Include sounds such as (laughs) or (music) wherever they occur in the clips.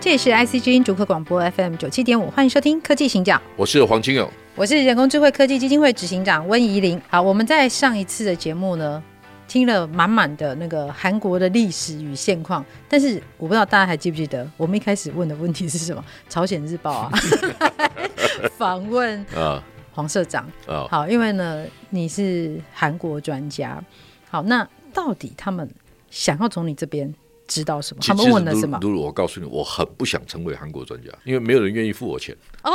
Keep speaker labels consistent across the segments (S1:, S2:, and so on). S1: 这里是 IC 之音主客广播 FM 九七点五，欢迎收听科技行讲，
S2: 我是黄清勇，
S1: 我是人工智慧科技基金会执行长温怡玲。好，我们在上一次的节目呢，听了满满的那个韩国的历史与现况，但是我不知道大家还记不记得，我们一开始问的问题是什么？ (laughs) 朝鲜日报啊， (laughs) 访问
S2: 啊
S1: 黄社长。
S2: 啊，
S1: 好，因为呢你是韩国专家，好，那到底他们想要从你这边知道什么？
S2: 其
S1: 他们
S2: 其
S1: 问
S2: 实
S1: 了
S2: 露
S1: 什么？
S2: 露露，我告诉你，我很不想成为韩国专家，因为没有人愿意付我钱。
S1: 哦，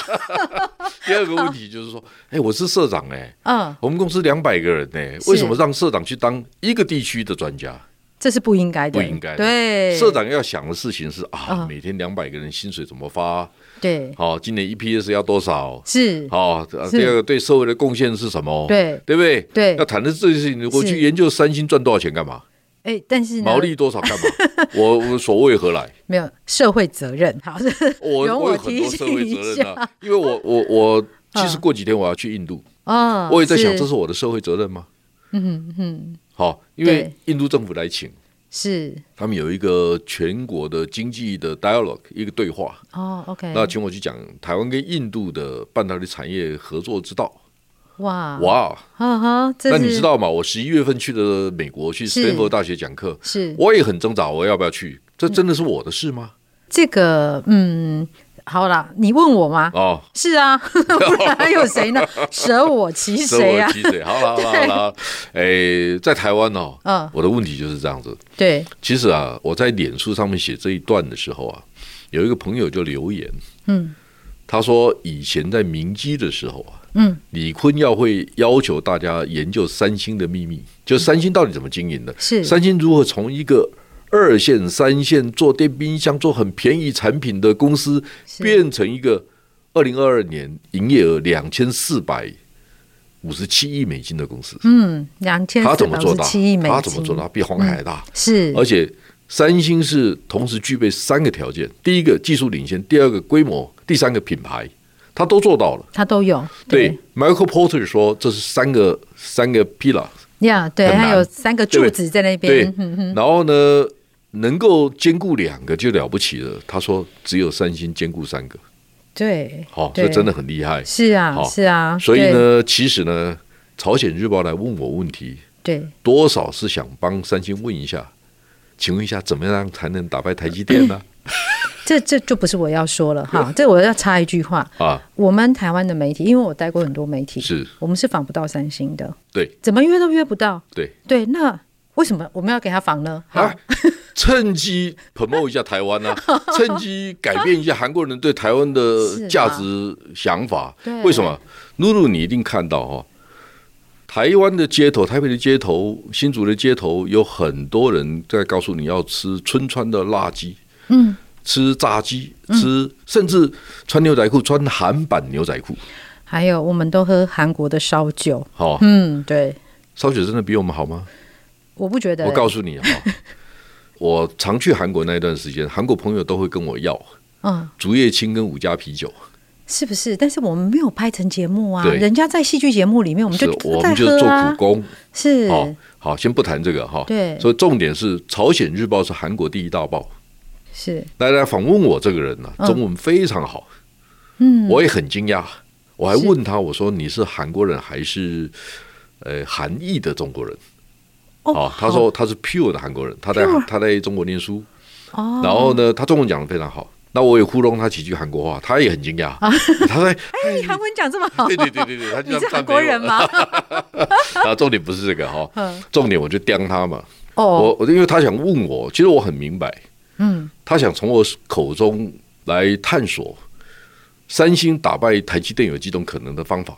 S2: (laughs) 第二个问题就是说，哎，我是社长哎，
S1: 嗯，
S2: 我们公司两百个人呢，
S1: 是
S2: 为什么让社长去当一个地区的专家？
S1: 这是不应该的，
S2: 不应该的
S1: 对，
S2: 社长要想的事情是啊，
S1: 嗯
S2: 每天两百个人薪水怎么发？
S1: 对，
S2: 好，今年 EPS 要多少？
S1: 是，
S2: 好，啊
S1: 是
S2: 第二个对社会的贡献是什么？
S1: 对
S2: 对不对？
S1: 对
S2: 要谈的这些事情，我
S1: 是
S2: 去研究三星赚多少钱干嘛？
S1: 哎，但是呢，
S2: 毛利多少干嘛？我我所谓
S1: (laughs)
S2: 何来？
S1: 没有社会责任，好， (laughs)
S2: 我
S1: 容
S2: 我有很
S1: 提
S2: 多社
S1: 醒
S2: 会
S1: 一
S2: 责
S1: 下嗯
S2: 任
S1: (laughs)
S2: 啊，因为我我我其实过几天我要去印度，
S1: 啊，
S2: 我也在想这是我的社会责任吗？
S1: 嗯嗯
S2: 好，因为印度政府来请，
S1: 是
S2: 他们有一个全国的经济的 dialogue 一个对话，
S1: 哦，OK，
S2: 那请我去讲台湾跟印度的半导体产业合作之道。
S1: 哇，
S2: 哇，
S1: 哈哈，嗯这
S2: 那
S1: 是
S2: 你知道吗？我十一月份去的美国，去斯
S1: 是
S2: 坦福大学讲课，
S1: 是
S2: 我也很挣扎，我要不要去？这真的是我的事吗？
S1: 这个嗯，好啦，你问我吗？
S2: 哦，
S1: 是啊， (laughs) 不然还有谁呢？舍我其
S2: 舍
S1: 谁
S2: 我
S1: 啊？
S2: 其谁？好了好了好了，哎，在台湾哦，
S1: 嗯，
S2: 我的问题就是这样子。
S1: 对，
S2: 其实啊，我在脸书上面写这一段的时候啊，有一个朋友就留言，
S1: 嗯
S2: 他说以前在明基的时候啊，
S1: 嗯，
S2: 李坤耀会要求大家研究三星的秘密，就三星到底怎么经营的，
S1: 是
S2: 三星如何从一个二线、三线做电冰箱、做很便宜产品的公司，
S1: 是
S2: 变成一个二零二二年营业额两千四百五十七亿美金的公司。
S1: 嗯，两千
S2: 他
S1: 四
S2: 怎么
S1: 百
S2: 做
S1: 五十
S2: 到？
S1: 七亿美金，
S2: 他怎么做到？比红海还大。
S1: 是
S2: 而且三星是同时具备三个条件：第一个技术领先，第二个规模，第三个品牌，它都做到了。
S1: 他都有，
S2: ，Michael Porter 说这是三个三个 pillar，
S1: 呀，对，
S2: 很
S1: 他
S2: 难
S1: 有三个
S2: 对不
S1: 柱
S2: 对
S1: 子在那
S2: 对
S1: 边，嗯，
S2: 然后呢，能够兼顾两个就了不起了。他说只有三星兼顾三个，
S1: 对，
S2: 好、
S1: 对
S2: 这真的很厉害。
S1: 是啊，
S2: 好
S1: 是啊，
S2: 所以
S1: 对，
S2: 呢，其实呢，朝鲜日报来问我问题，
S1: 对，
S2: 多少是想帮三星问一下，请问一下怎么样才能打败台积
S1: (laughs)
S2: 电呢？
S1: 这这就不是我要说了哈，这我要插一句话，
S2: 啊，
S1: 我们台湾的媒体，因为我待过很多媒体，
S2: 是
S1: 我们是访不到三星的，
S2: 对
S1: 怎么约都约不到，
S2: 对。
S1: 对，那为什么我们要给他访呢？好
S2: 啊，趁机 promote 一下台
S1: (laughs)
S2: 湾呢、啊，趁机改变一下韩国人对台湾
S1: 是啊
S2: 的价值想法
S1: 对。
S2: 为什么？露露，你一定看到哦，台湾的街头、台北的街头、新竹的街头，有很多人在告诉你要吃春川的辣鸡，
S1: 嗯，
S2: 吃炸鸡，吃甚至穿牛仔裤，穿韩版牛仔裤。
S1: 还有我们都喝韩国的烧酒，
S2: 好、哦，
S1: 嗯，对，
S2: 烧酒真的比我们好吗？
S1: 我不觉得，欸
S2: 我告诉你哈、哦，我常去韩国那一段时间，韩国朋友都会跟我要。
S1: 嗯，
S2: 竹叶青跟五家啤酒，
S1: 是不是？但是我们没有拍成节目啊，
S2: 对
S1: 人家在戏剧节目里面，我们
S2: 是
S1: 就
S2: 我
S1: 在
S2: 们就
S1: 喝
S2: 做
S1: 啊
S2: 苦，工。
S1: 是，
S2: 好、好，先不谈这个哈。
S1: 对
S2: 所以重点是《朝鲜日报》是韩国第一大报。
S1: 是，
S2: 来来访问我这个人呢、
S1: 嗯
S2: 啊中文非常好，
S1: 嗯，
S2: 我也很惊讶。我还
S1: 是
S2: 问他，我说你是韩国人还是呃韩裔的中国人？啊
S1: 哦，
S2: 他说他是 pure 的韩国人，他在
S1: Pure
S2: 他在中国念书，
S1: 好，哦，
S2: 然后呢，他中文讲得非常好。那我也糊弄他几句韩国话，他也很惊讶。
S1: (laughs)
S2: 他在
S1: 哎，韩文讲这么好，(laughs)
S2: 对对对对对，他就
S1: 啊你是
S2: 赞
S1: 韩
S2: 美
S1: 国
S2: 我
S1: 人？ (laughs) 吗？ (laughs)
S2: 啊，重点不是这个哈、
S1: 嗯
S2: 重点我就刁他嘛。
S1: 哦，
S2: 我我因为他想问我，其实我很明白，
S1: 嗯，
S2: 他想从我口中来探索三星打败台积电有几种可能的方法。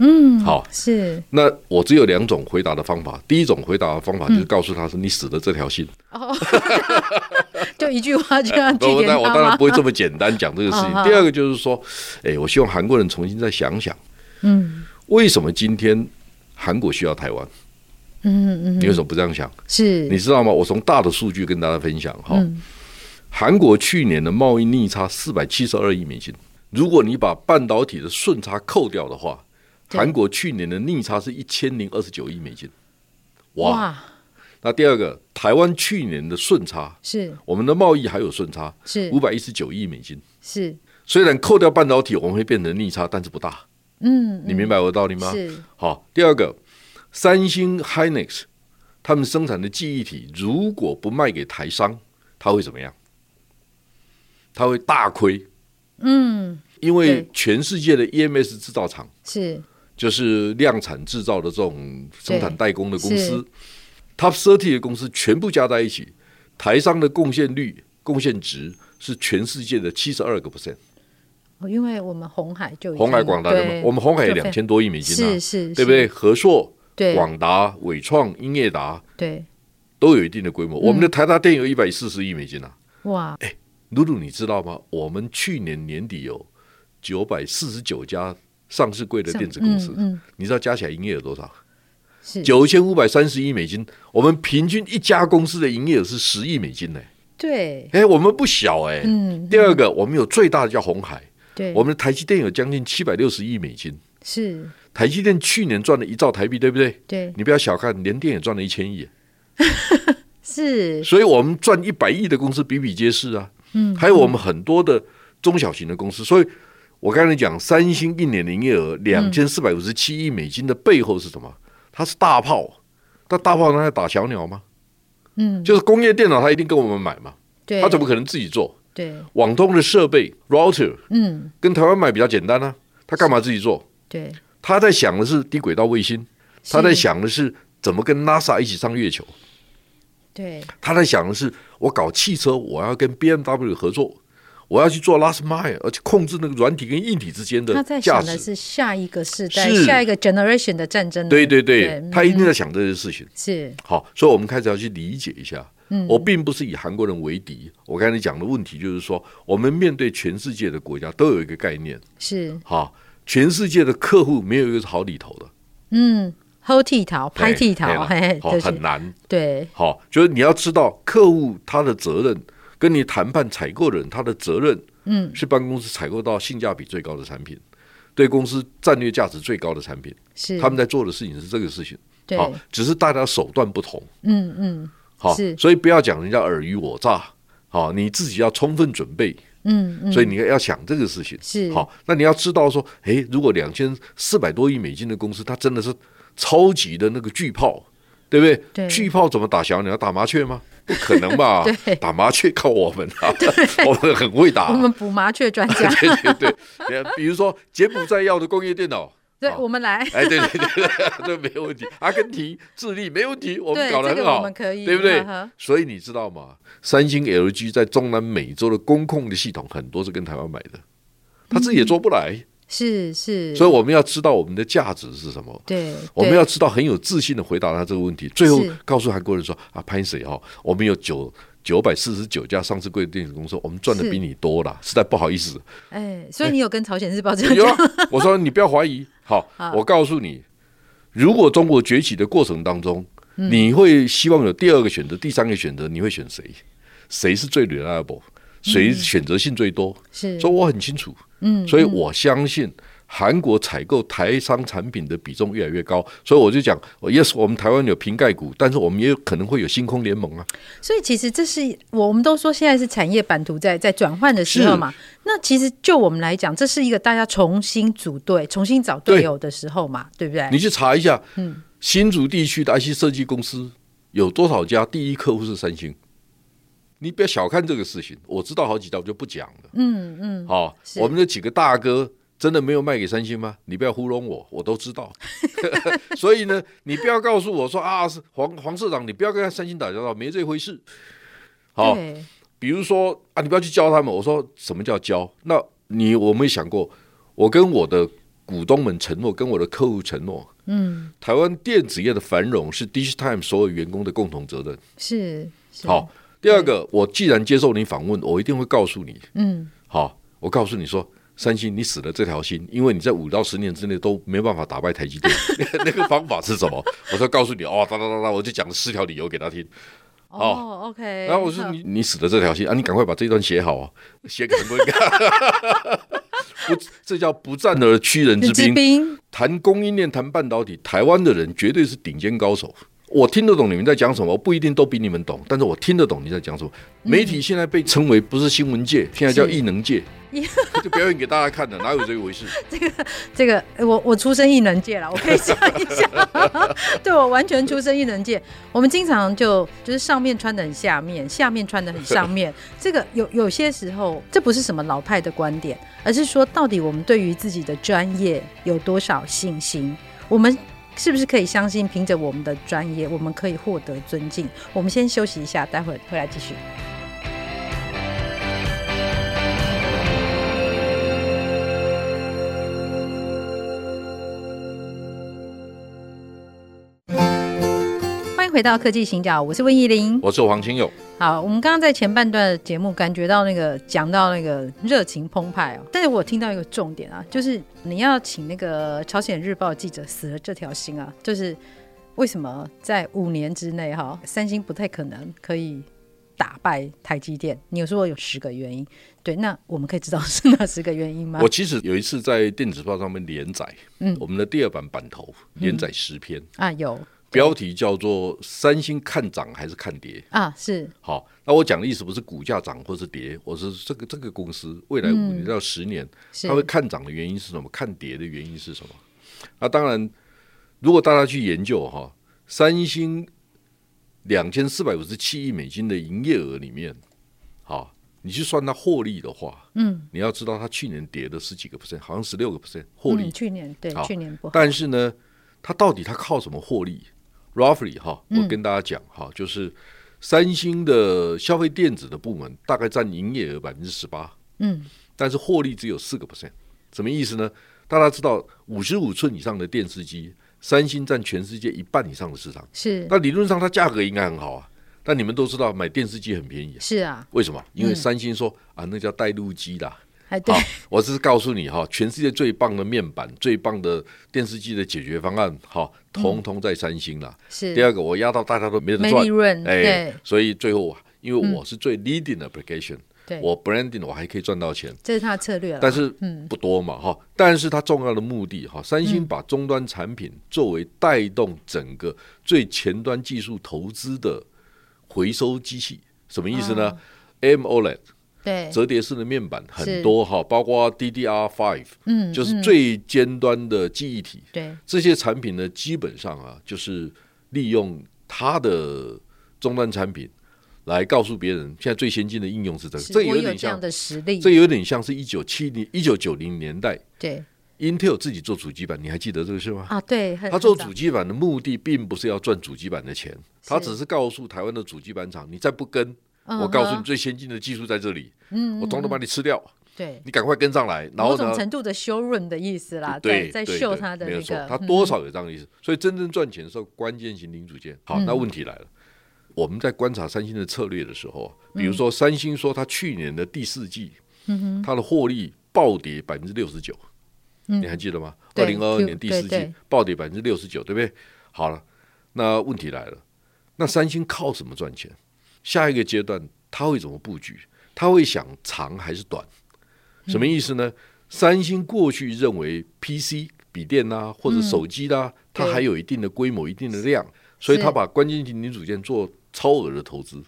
S1: 嗯，
S2: 好
S1: 是
S2: 那我只有两种回答的方法，第一种回答的方法就是告诉他说你死了
S1: (laughs)
S2: 这条心。
S1: 哦，就一句话就要
S2: 那
S1: 据
S2: (laughs) 我
S1: 点
S2: 当我
S1: 他
S2: 当然
S1: 吗？
S2: 不会这么简单讲这个
S1: (laughs)
S2: 事
S1: 好好
S2: 情。第二个就是说，哎，我希望韩国人重新再想想，
S1: 嗯
S2: 为什么今天韩国需要台湾？
S1: 嗯嗯，
S2: 你为什么不这样想？
S1: 是
S2: 你知道吗？我从大的数据跟大家分享哈，
S1: 嗯
S2: 韩国去年的贸易逆差四百七十二亿美金，如果你把半导体的顺差扣掉的话，
S1: 对
S2: 韩国去年的逆差是一千零二十九亿美金。哇！
S1: 哇
S2: 那第二个，台湾去年的顺差，
S1: 是
S2: 我们的贸易还有顺差
S1: 是
S2: 五百一十九亿美金。
S1: 是
S2: 虽然扣掉半导体，我们会变成逆差，但是不大。
S1: 嗯
S2: 你明白我的道理吗？
S1: 是
S2: 好，第二个，三星 Hynix 他们生产的记忆体如果不卖给台商，它会怎么样？它会大亏，
S1: 嗯
S2: 因为
S1: 对
S2: 全世界的 EMS 制造厂，
S1: 是
S2: 就是量产制造的这种生产代工的公
S1: 是
S2: 司，Top 30的公司全部加在一起，台商的贡献率、贡献值是全世界的七十二个 percent。
S1: 哦因为我们红海就已经
S2: 红海、广达的嘛
S1: 对，
S2: 我们红海有
S1: 就非
S2: 两千多亿美金啊，
S1: 是是，
S2: 对不对？和硕、
S1: 对
S2: 广达、伟创、英业达
S1: 对
S2: 都有一定的规
S1: 嗯
S2: 模。我们的台达电有一百四十亿美金啊。
S1: 哇
S2: 露露，你知道吗？我们去年年底有九百四十九家上市柜的电子公司，
S1: 嗯嗯
S2: 你知道加起来营业额多少？
S1: 是
S2: 九千五百三十亿美金。我们平均一家公司的营业额是十亿美金呢、
S1: 对
S2: 哎，我们不小哎、
S1: 嗯
S2: 第二个，我们有最大的叫红海，
S1: 对
S2: 我们的台积电有将近七百六十亿美金。
S1: 是
S2: 台积电去年赚了一兆台币，对不对？
S1: 对
S2: 你不要小看，联电也赚了一千亿。
S1: 是
S2: 所以我们赚一百亿的公司比比皆是啊。嗯，还有我们很多的中小型的公司，所以我刚才讲，三星一年的营业额
S1: 嗯
S2: 两千四百五十七亿美金的背后是什么？它是大炮，但大炮拿来打小鸟吗？
S1: 嗯
S2: 就是工业电脑，它一定跟我们买嘛，
S1: 对
S2: 它怎么可能自己做？
S1: 对
S2: 网通的设备 router
S1: 嗯
S2: 跟台湾买比较简单啊，它干嘛自己做？
S1: 对
S2: 他在想的是低轨道卫星，他
S1: 是
S2: 在想的是怎么跟 NASA 一起上月球。
S1: 对
S2: 他在想的是，我搞汽车，我要跟 BMW 合作，我要去做 last mile，而且控制那个软体跟硬体之间的
S1: 他在
S2: 价
S1: 想的
S2: 值。
S1: 是下一个世代、
S2: 是
S1: 下一个 generation 的战争。
S2: 对对对
S1: 对，嗯
S2: 他一定在想这些事情。
S1: 是
S2: 好，所以我们开始要去理解一下。
S1: 嗯
S2: 我并不是以韩国人为敌，我刚才讲的问题就是说，我们面对全世界的国家都有一个概念，
S1: 是，
S2: 哈，全世界的客户没有一个是好里头的，
S1: 嗯，薅剃头、拍剃头
S2: 嘿嘿，啦
S1: 嘿嘿，
S2: 好
S1: 就是
S2: 哦很难。
S1: 对
S2: 好，就是你要知道客户他的责任，跟你谈判采购人他的责任，嗯，是帮公司采购到性价比最高的产品，对公司战略价值最高的产品。
S1: 是，
S2: 他们在做的事哦情是这个事情，
S1: 对，
S2: 好，只是大家手段不同，
S1: 嗯嗯
S2: 好
S1: 是，
S2: 所以不要讲人家尔虞我诈，好，你自己要充分准备，
S1: 嗯嗯，
S2: 所以你要想这个事情。
S1: 是
S2: 好，那你要知道说，诶，如果两千四百多亿美金的公司，它真的是超级的那个巨炮，对不对？
S1: 对
S2: 巨炮怎么打小鸟？打麻雀吗？不可能吧
S1: (laughs) 对？
S2: 打麻雀靠我们
S1: (laughs)
S2: 啊， (laughs) 我们很会打
S1: 嗯我。们捕麻雀专
S2: (laughs)
S1: 家，
S2: 对对对，你看比如说柬埔寨要的工业电脑，
S1: 对，
S2: 好
S1: 我们来，
S2: 哎，对对对，对 (laughs) 这没有问题。阿根廷、智利没问题，我们
S1: 对
S2: 搞得
S1: 这个
S2: 很
S1: 我
S2: 好，
S1: 们可以嗯
S2: 对不对
S1: 呵呵？
S2: 所以你知道吗？三星、LG 在中南美洲的工控的系统很多是跟台湾买的，他
S1: 嗯
S2: 自己也做不来，
S1: 是是，
S2: 所以我们要知道我们的价值是什么。
S1: 对，
S2: 我
S1: 对
S2: 们要知道很有自信的回答他这个问题，最后
S1: 是
S2: 告诉韩国人说啊，潘谁哦，我们有九九百四十九家上市贵电子公司，我们赚的
S1: 是
S2: 比你多啦，实在不好意思。
S1: 哎，所以你有跟朝鲜日报
S2: (laughs)
S1: 这样
S2: 有
S1: 讲，
S2: 啊，我说你不要怀疑。好，我告诉你，如果中国崛起的过程当中，你会希望有第二个选择、第三个选择，你会选谁？谁是最 reliable？谁选择性最多？
S1: (laughs) 是
S2: 所以我很清楚，嗯，所以我相信韩国采购台商产品的比重越来越高，所以我就讲我，yes，我们台湾有瓶盖股，但是我们也有可能会有星空联盟啊，
S1: 所以其实这是我我们都说现在是产业版图在在转换的时候嘛。那其实就我们来讲，这是一个大家重新组队、重新找队
S2: 对
S1: 友的时候嘛，对不对？
S2: 你去查一下，嗯，新竹地区的 IC 设计公司有多少家第一客户是三星？你不要小看这个事情，我知道好几家，我就不讲了。嗯嗯，好、
S1: 是
S2: 我们的几个大哥真的没有卖给三星吗？你不要糊弄我，我都
S1: (laughs)
S2: 知道。所以呢，你不要告诉我说啊，是黄黄社长，你不要跟三星打交道，没这回事。好、
S1: 对，
S2: 比如说啊，你不要去教他们。我说什么叫教？那你有没有想过，我跟我的股东们承诺，跟我的客户承诺，
S1: 嗯，
S2: 台湾电子业的繁荣是 Digitime 所有员工的共同责任。
S1: 是是，
S2: 好，，第二个，我既然接受你访问，我一定会告诉你，
S1: 嗯，
S2: 好，我告诉你说。三星，你死了这条心，因为你在五到十年之内都没办法打败台积电。 (laughs) 那个方法是什么？我说告诉你哦，哒哒哒哒，我就讲了四条理由给他听。
S1: 哦，OK，
S2: 然后我说你你死的这条心啊，你赶快把这段写好啊， (laughs) 写给很多人看。 (laughs) 不，这叫不战而屈人之
S1: 之
S2: 兵。
S1: 兵，
S2: 谈供应链、谈半导体，台湾的人绝对是顶尖高手。我听得懂你们在讲什么，我不一定都比你们懂，但是我听得懂你在讲什么。媒体现在被称为不是新闻界，现在叫
S1: 是
S2: 艺能界， (laughs) 就表演给大家看的，哪有这一回事？
S1: 这个呃我我出身异能界了，我可以讲一下， (laughs) 对我完全出身异能界。我们经常就就是上面穿的很下面，下面穿的很上面。这个有有些时候，这不是什么老派的观点，而是说到底我们对于自己的专业有多少信心，我们。是不是可以相信，凭着我们的专业，我们可以获得尊敬？我们先休息一下，待会儿回来继续。欢迎回到科技行脚，我是温怡玲，
S2: 我是黄清友，
S1: 好，我们刚刚在前半段的节目感觉到那个讲到那个热情澎湃哦，但是我听到一个重点啊，就是你要请那个朝鲜日报记者死了这条心啊，就是为什么在五年之内哈、三星不太可能可以打败台积电？你有说有十个原因，对，那我们可以知道是哪十个原因吗
S2: 我？其实有一次在电子报上面连载，
S1: 嗯
S2: 我们的第二版版头连载十篇，
S1: 啊，有
S2: 标题叫做“三星看涨还是看跌
S1: 啊，是”。
S2: 好，那我讲的意思不是股价涨或是跌，我是这个这个公司未来五年到十年，
S1: 嗯是
S2: 它会看涨的原因是什么？看跌的原因是什么？那当然，如果大家去研究哈，三星两千四百五十七亿美金的营业额里面，好，你去算它获利的话，
S1: 嗯，
S2: 你要知道它去年跌的是几个 percent，好像十六个 percent 获利
S1: 嗯、去年对
S2: 好
S1: 去年不好，
S2: 但是呢，它到底它靠什么获利？Roughly 哈，我跟大家讲哈、就是三星的消费电子的部门大概占营业额百分之十八，
S1: 嗯，
S2: 但是获利只有四个 percent，什么意思呢？大家知道五十五寸以上的电视机，三星占全世界一半以上的市场，
S1: 是
S2: 那理论上它价格应该很好啊。但你们都知道买电视机很便宜啊，
S1: 是啊，
S2: 为什么？因为三星说、啊，那叫带路机啦。
S1: 还对
S2: 好，我只是告诉你哈，全世界最棒的面板、最棒的电视机的解决方案，哈，通通在三星啦。
S1: 是
S2: 第二个，我压到大家都没得
S1: 嗯没
S2: 赚
S1: 利，润，
S2: 哎
S1: 对，嗯
S2: 所以最后因为我是最 leading application，、
S1: 对，嗯
S2: 我 branding 我还可以赚到钱，
S1: 这是他的策略了，
S2: 但是不多嘛哈。但是它重要的目的哈，三
S1: 嗯
S2: 星把终端产品作为带动整个最前端技术投资的回收机器，什么意思
S1: 哦
S2: 呢、m E OLED
S1: 对
S2: 折叠式的面板
S1: 是
S2: 很多哈，包括 DDR Five，
S1: 嗯
S2: 就是最尖端的记忆体。
S1: 对，
S2: 这些产品呢，基本上啊，就是利用它的终端产品来告诉别人，现在最先进的应用是这个。
S1: 是
S2: 这
S1: 我
S2: 有
S1: 有
S2: 点
S1: 这样
S2: 像，
S1: 的实力，
S2: 这有点像是一九七零、一九九零年代
S1: 对
S2: Intel 自己做主机板，你还记得这个事吗？
S1: 啊，对，很
S2: 他做
S1: 很
S2: 主机板的目的并不是要赚主机板的钱，他只是告诉台湾的主机板厂，你再不跟，
S1: 早
S2: 我告
S1: 嗯
S2: 诉你
S1: 哼嗯
S2: 最先进的技术在这里，我统统把你吃掉，
S1: 对，
S2: 你赶快跟上来，然后
S1: 某
S2: 呢
S1: 种？程度的修润的意思啦，
S2: 对，
S1: 在在
S2: 对
S1: 秀
S2: 对
S1: 他的
S2: 没有
S1: 那
S2: 错
S1: 个，，
S2: 他
S1: 嗯
S2: 多少有这样的意思。所以真正赚钱的时候，关键型零组件。
S1: 嗯
S2: 好，那问题来了，我们在观察三星的策略的时候，
S1: 嗯
S2: 比如说三星说它去年的第四季，它的获利暴跌百分之六十九，你还记得吗？二
S1: 嗯对
S2: 零二二
S1: Q-
S2: 年第四
S1: 对
S2: 季
S1: 对
S2: 暴跌百分之六十九，对不对？好了，那问题来了，那三星靠什么赚钱？下一个阶段他会怎么布局？他会想长还是短？什么意思呢？三星过去认为 PC 笔电啊，或者手机啦、它
S1: 嗯对
S2: 还有一定的规模、一定的量，所以它把关键型零组件做超额的投资。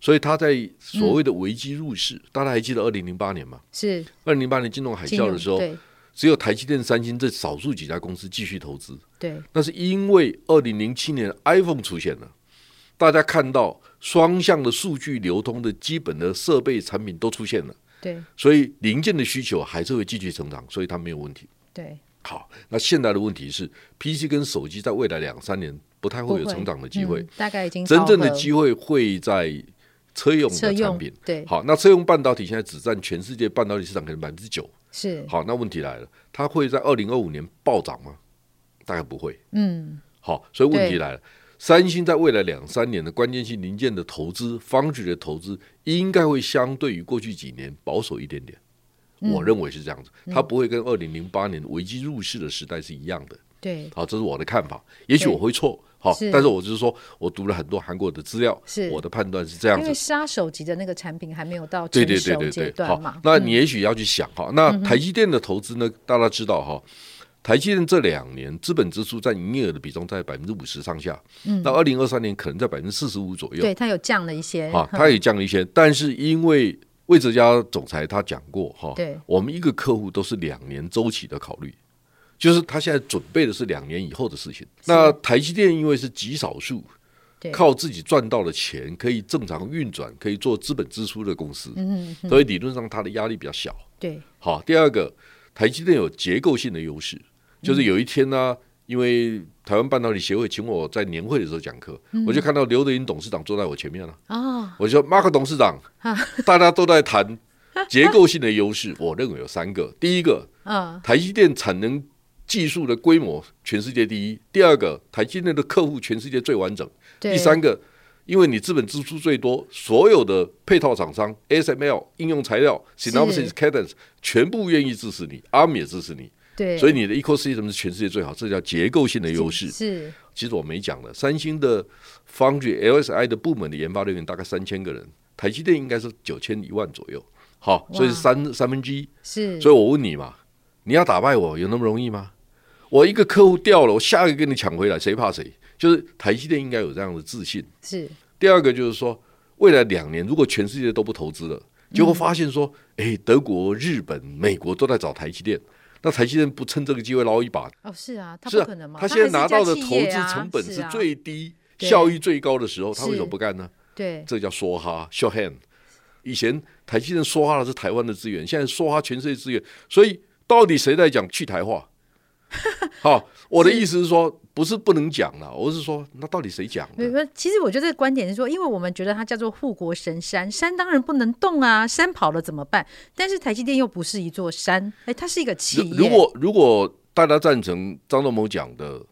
S2: 所以它在所谓的危机入
S1: 嗯
S2: 市，大家还记得二零零八年吗？
S1: 是
S2: 二零零八年金融海
S1: 金
S2: 啸的
S1: 融
S2: 时候，
S1: 对
S2: 只有台积电、三星这少数几家公司继续投资。
S1: 对
S2: 那是因为二零零七年 iPhone 出现了，大家看到双向的数据流通的基本的设备产品都出现了，
S1: 对
S2: 所以零件的需求还是会继续成长，所以它没有问题。
S1: 对，
S2: 好，那现在的问题是，PC 跟手机在未来两三年不太会有成长的机会，
S1: 嗯大概已经
S2: 真正的
S1: 饱和
S2: 机会会在车用
S1: 车
S2: 的产
S1: 用
S2: 品。
S1: 对
S2: 好，那车用半导体现在只占全世界半导体市场可能百分之九，
S1: 是，
S2: 好，那问题来了，它会在二零二五年暴涨吗？大概不会。
S1: 嗯，
S2: 好，所以问题
S1: 对
S2: 来了，三星在未来两三年的关键性零件的投资、方具的投资，应该会相对于过去几年保守一点点。嗯我认为是这样子，它不会跟二零零八年危机入市的时代是一样的。
S1: 对，
S2: 好，这是我的看法，也许我会错。好
S1: 是，
S2: 但嗯是我就是说，我读了很多韩国的资料
S1: 是，
S2: 我的判断是这样
S1: 因
S2: 子
S1: 为。杀手级的那个产品还没有到成
S2: 对对对
S1: 熟
S2: 对
S1: 阶
S2: 对，
S1: 段嘛嗯
S2: 好，，那你也许要去想哈、那台积电的投资呢？大家知道哈、台积电这两年资本支出占营业额的比重在百分之五十上下，嗯，那二零二三年可能在百分之四十五左右，
S1: 对嗯它有降了一些，
S2: 哈，
S1: 哼
S2: 它也降了一些，但是因为魏哲家总裁他讲过哈、
S1: 对
S2: 我们一个客户都是两年周期的考虑。就是他现在准备的是两年以后的事情。那台积电因为是极少数
S1: 对
S2: 靠自己赚到的钱可以正常运转、可以做资本支出的公司，
S1: 嗯
S2: 所以理论上它的压力比较小。
S1: 对
S2: 好，第二个，台积电有结构性的优势，
S1: 嗯
S2: 就是有一天呢、因为台湾半导体协会请我在年会的时候讲课，
S1: 嗯
S2: 我就看到刘德英董事长坐在我前面了、啊
S1: 哦，
S2: 我就说马克董事长，
S1: 啊
S2: 大家都在谈结构性的优势，我认为有三个。第一个，
S1: 嗯
S2: 台积电产能技术的规模全世界第一；第二个，台积电的客户全世界最完整；
S1: 对，
S2: 第三个，因为你资本支出最多，所有的配套厂商 ASML 应用材料 Synopsys、Cadence 全部愿意支持你，ARM 也支持你，
S1: 对，
S2: 所以你的 ecosystem 是全世界最好，这叫结构性的优势。
S1: 是
S2: 其实我没讲了，三星的 Foundry LSI 的部门的研发人员大概三千个人，台积电应该是九千一万左右，好，所以是三三分之一。
S1: 是，
S2: 所以我问你嘛，你要打败我有那么容易吗？我一个客户掉了，我下一个跟你抢回来，谁怕谁？就是台积电应该有这样的自信。
S1: 是
S2: 第二个就是说，未来两年如果全世界都不投资了，结果发现说，诶，德国、日本、美国都在找台积电，那台积电不趁这个机会捞一把？
S1: 哦是啊，它
S2: 是
S1: 不
S2: 啊
S1: 可能嘛，，
S2: 他现在
S1: 还是
S2: 拿
S1: 一家
S2: 到的
S1: 企
S2: 投
S1: 业
S2: 资
S1: 啊
S2: 成本
S1: 是
S2: 是
S1: 啊
S2: 最低、
S1: 对
S2: 效益最高的时候，他
S1: 是
S2: 为什么不干呢？
S1: 对
S2: 这叫梭哈 s h o r t hand。以前台积电梭哈的是台湾的资源，现在梭哈全世界资源，所以到底谁在讲去
S1: (laughs)
S2: 台化？好，我的意思是说，不是不能讲了，我是说，那到底谁讲
S1: 没有，
S2: 的？
S1: 没有其实我觉得这个观点是说，因为我们觉得它叫做护国神山，山当然不能动啊，山跑了怎么办？但是台积电又不是一座山，哎，它是一个企业。
S2: 如如果如果大家赞成张忠谋讲的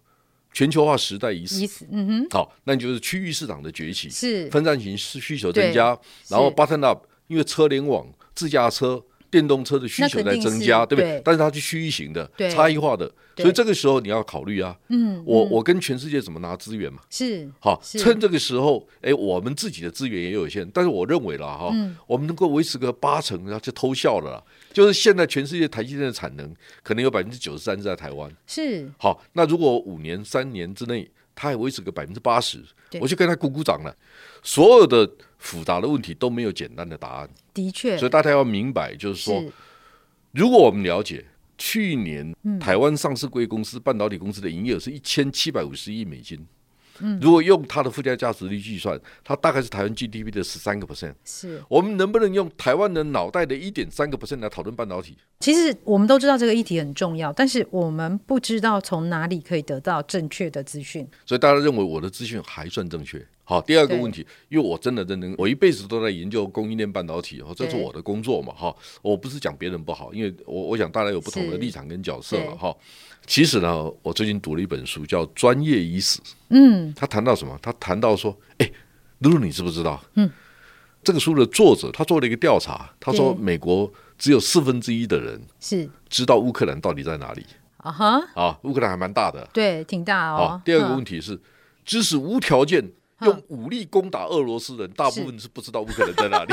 S2: 全球化时代已
S1: 意
S2: 死，
S1: 思，嗯哼，
S2: 好，那就是区域市场的崛起，
S1: 是
S2: 分散型需需求
S1: 对
S2: 增加，然后
S1: 是
S2: button up，因为车联网、自驾车、电动车的需
S1: 那
S2: 求
S1: 肯
S2: 在
S1: 定
S2: 增
S1: 是
S2: 加，对不
S1: 对
S2: 对？但是它是区域型的
S1: 对、
S2: 差异化的，
S1: 对
S2: 所以这个时候你要考虑啊，
S1: 嗯，
S2: 我
S1: 嗯
S2: 我跟全世界怎么拿资源嘛？
S1: 是
S2: 好，
S1: 是
S2: 趁这个时候，哎，我们自己的资源也有限，但是我认为了哈，
S1: 嗯
S2: 我们能够维持个八成，然后就偷笑了啦。就是现在全世界台积电的产能可能有百分之九十三是在台湾，
S1: 是，
S2: 好，那如果五年、三年之内，它还维持个百分之八十
S1: 对，
S2: 我就跟他鼓鼓掌了。所有的复杂的问题都没有简单的答案，
S1: 的确
S2: 所以大家要明白，就是说，
S1: 是
S2: 如果我们了解去年台湾上市贵公司、半导体公司的营业额是一千七百五十亿美金，如果用它的附加价值率计算，它大概是台湾 GDP 的十三个 percent。
S1: 是。
S2: 我们能不能用台湾人脑袋的一点三个 percent 来讨论半导体？
S1: 其实我们都知道这个议题很重要，但是我们不知道从哪里可以得到正确的资讯。
S2: 所以大家认为我的资讯还算正确。好，第二个
S1: 对
S2: 问题，因为我真的认真，我一辈子都在研究供应链半导体，哦，这是
S1: 对
S2: 我的工作嘛，哈，我不是讲别人不好，因为我我想大家有不同的
S1: 是
S2: 立场跟角色
S1: 对
S2: 了，哈。其实呢，我最近读了一本书，叫《专业已死》，
S1: 嗯，
S2: 他谈到什么？他谈到说，哎，露露，你知不知道？嗯，这个书的作者他做了一个调查，他说
S1: 对
S2: 美国只有四分之一的人
S1: 是
S2: 知道乌克兰到底在哪里
S1: 啊哈，
S2: 啊，乌克兰还蛮大的，
S1: 对，挺大
S2: 好啊
S1: 哦。，
S2: 第二个
S1: 嗯
S2: 问题是，支持无条件用武力攻打俄罗斯人，大部分是不知道乌克兰在哪 (laughs) 里。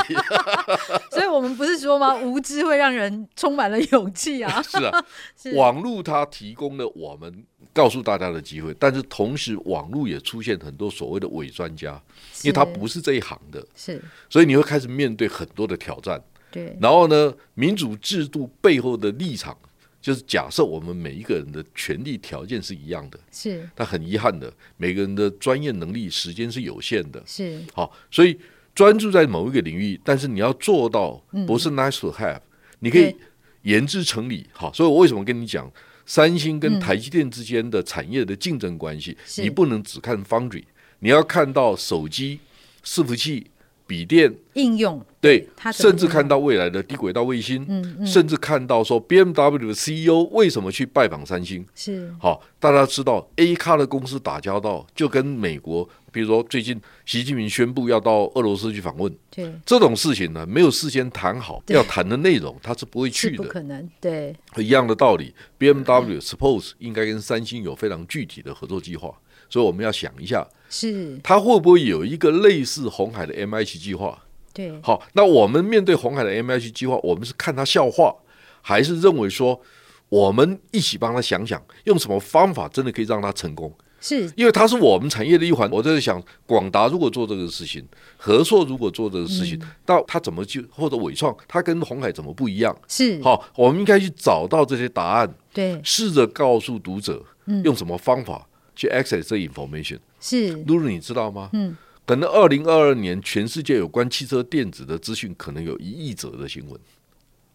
S1: 所以我们不是说吗？无知会让人充满了 (laughs) 勇气啊。
S2: 是啊，
S1: 是
S2: 网络它提供了我们告诉大家的机会，但是同时网络也出现很多所谓的伪专家，因为他不是这一行的，
S1: 是
S2: 所以你会开始面对很多的挑战。
S1: 对
S2: 然后呢，民主制度背后的立场。就是假设我们每一个人的权利条件是一样的，
S1: 是
S2: 但很遗憾的，每个人的专业能力、时间是有限的。
S1: 是
S2: 好，所以专注在某一个领域，但是你要做到不是 nice to have，、你可以
S1: 嗯对
S2: 言之成理。好，所以我为什么跟你讲，三星跟台积电之间的产业的竞争关系，
S1: 嗯是
S2: 你不能只看 foundry，你要看到手机、伺服器、笔电、
S1: 应用，
S2: 对，
S1: 它怎么啊
S2: 甚至看到未来的低轨道卫星，
S1: 嗯嗯
S2: 甚至看到说 BMW 的 CEO E 为什么去拜访三星。
S1: 是
S2: 好，大家知道 A 咖的公司打交道，就跟美国，比如说最近习近平宣布要到俄罗斯去访问，
S1: 对，
S2: 这种事情呢，没有事先谈好
S1: 对
S2: 要谈的内容，他是不会
S1: 是
S2: 去
S1: 不
S2: 的。
S1: 可嗯能，对，
S2: 一样的道理，BMW suppose 应该跟三星有非常具体的合作计划，所以我们要想一下，
S1: 是，
S2: 它会不会有一个类似红海的 MH 计划？
S1: 对，
S2: 好，那我们面对红海的 MH 计划，我们是看他笑话，还是认为说我们一起帮他想想，用什么方法真的可以让他成功？
S1: 是
S2: 因为它是我们产业的一环。我在想，广达如果做这个事情，和硕如果做这个事情，那它怎么去或者伟创，它跟红海怎么不一样？
S1: 是，
S2: 好，我们应该去找到这些答案，
S1: 对，
S2: 试着告诉读者用什么方法去 access 这 information。
S1: 是，
S2: 露露，你知道吗？
S1: 嗯，
S2: 可能二零二二年全世界有关汽车电子的资讯，可能有一亿则的新闻。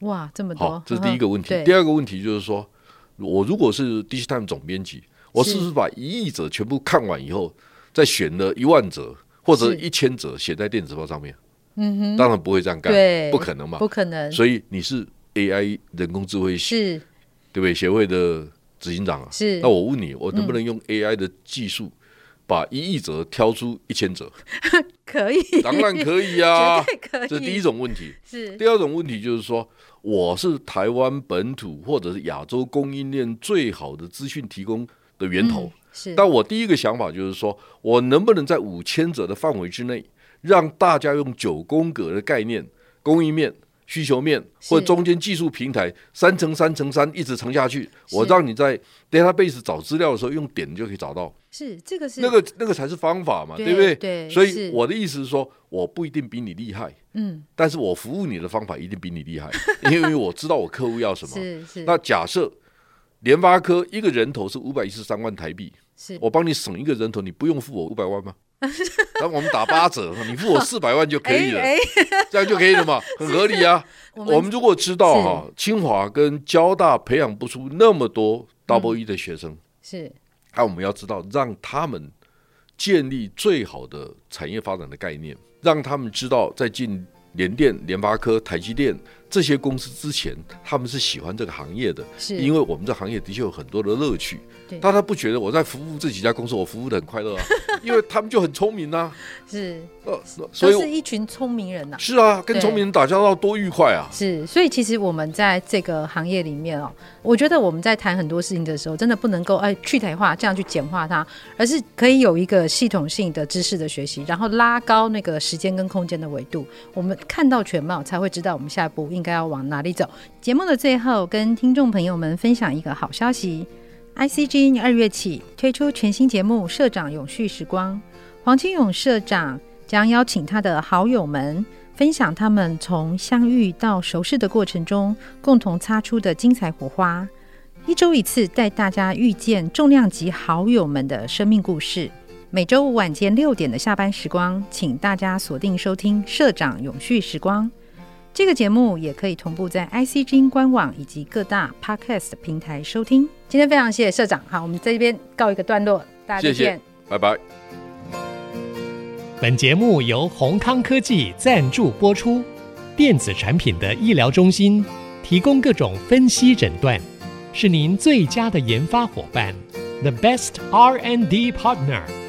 S1: 哇，这么
S2: 好
S1: 多，，
S2: 这是第一个问题。
S1: 嗯
S2: 第
S1: 对，
S2: 二个问题就是说，我如果是 d i g i Time 总编辑，我
S1: 是
S2: 是不是把一亿则全部看完以后，再选了一万则或者
S1: 是
S2: 一千则写在电子报上面？
S1: 嗯哼，
S2: 当然不会这样干，
S1: 对
S2: 不可能嘛
S1: 不。可能，
S2: 所以你是 AI 人工智慧协
S1: 是
S2: 对不对协会的执行长啊？
S1: 是嗯
S2: 那我问你，我能不能用 AI 的技术把一亿则挑出一
S1: (laughs)
S2: 千则？
S1: 可
S2: (laughs)
S1: 以，
S2: 当然可以啊。
S1: 绝对可以，
S2: 这第一种问题。
S1: 是，
S2: 第二种问题就是说，我是台湾本土或者是亚洲供应链最好的资讯提供的源头。
S1: 嗯是，
S2: 但我第一个想法就是说，我能不能在五千者的范围之内，让大家用九宫格的概念、供应面、需求面
S1: 是
S2: 或者中间技术平台三乘三乘三一直乘下去，
S1: 是
S2: 我让你在 database 找资料的时候用点就可以找到，
S1: 是这个是
S2: 那，个那个才是方法嘛，
S1: 对
S2: 不对？
S1: 对
S2: 所以
S1: 是
S2: 我的意思是说，我不一定比你厉害，
S1: 嗯，
S2: 但是我服务你的方法一定比你厉害， (laughs) 因为我知道我客户要什么。
S1: 是是，
S2: 那假设联发科一个人头是五百一十三万台币，
S1: 是
S2: 我帮你省一个人头，你不用付我五
S1: (laughs)
S2: 百万吗？那我们打八折，你付我四百万就可以了，
S1: 哎哎
S2: 这样就可以
S1: (laughs)
S2: 了嘛，很合理啊。
S1: 我
S2: 我
S1: 们
S2: 们如果知道哈、清华跟交大培养不出那么
S1: 嗯
S2: 多 double E 的学生，
S1: 是
S2: 那、我们要知道让他们建立最好的产业发展的概念，让他们知道在进联电、联发科、台积电这些公司之前，他们是喜欢这个行业的，
S1: 是，
S2: 因为我们这行业的确有很多的乐趣
S1: 对。
S2: 大家不觉得我在服务这几家公司，我服务的很快乐啊，因为他们就很聪明啊。
S1: 是
S2: 呃，所
S1: 都
S2: 以
S1: 是
S2: 我
S1: 一群聪明人呐、
S2: 是啊，跟
S1: 对
S2: 聪明人打交道多愉快啊！
S1: 是，所以其实我们在这个行业里面哦，我觉得我们在谈很多事情的时候，真的不能够哎去台化这样去简化它，而是可以有一个系统性的知识的学习，然后拉高那个时间跟空间的维度，我们看到全貌才会知道我们下一步应该要往哪里走。节目的最后，跟听众朋友们分享一个好消息：ICG 二月起推出全新节目《社长永续时光》，黄清勇社长将邀请他的好友们。分享他们从相遇到熟识的过程中，共同擦出的精彩火花。一周一次，带大家遇见重量级好友们的生命故事。每周五晚间六点的下班时光，请大家锁定收听《社长永续时光》这个节目，也可以同步在 IC 之音官网以及各大 Podcast 平台收听。今天非常谢谢社长，好，我们在这边告一个段落，大家再
S2: 谢谢
S1: 见。
S2: 拜拜。
S3: 本节目由宏康科技赞助播出。电子产品的医疗中心提供各种分析诊断，是您最佳的研发伙伴，The best R&D partner。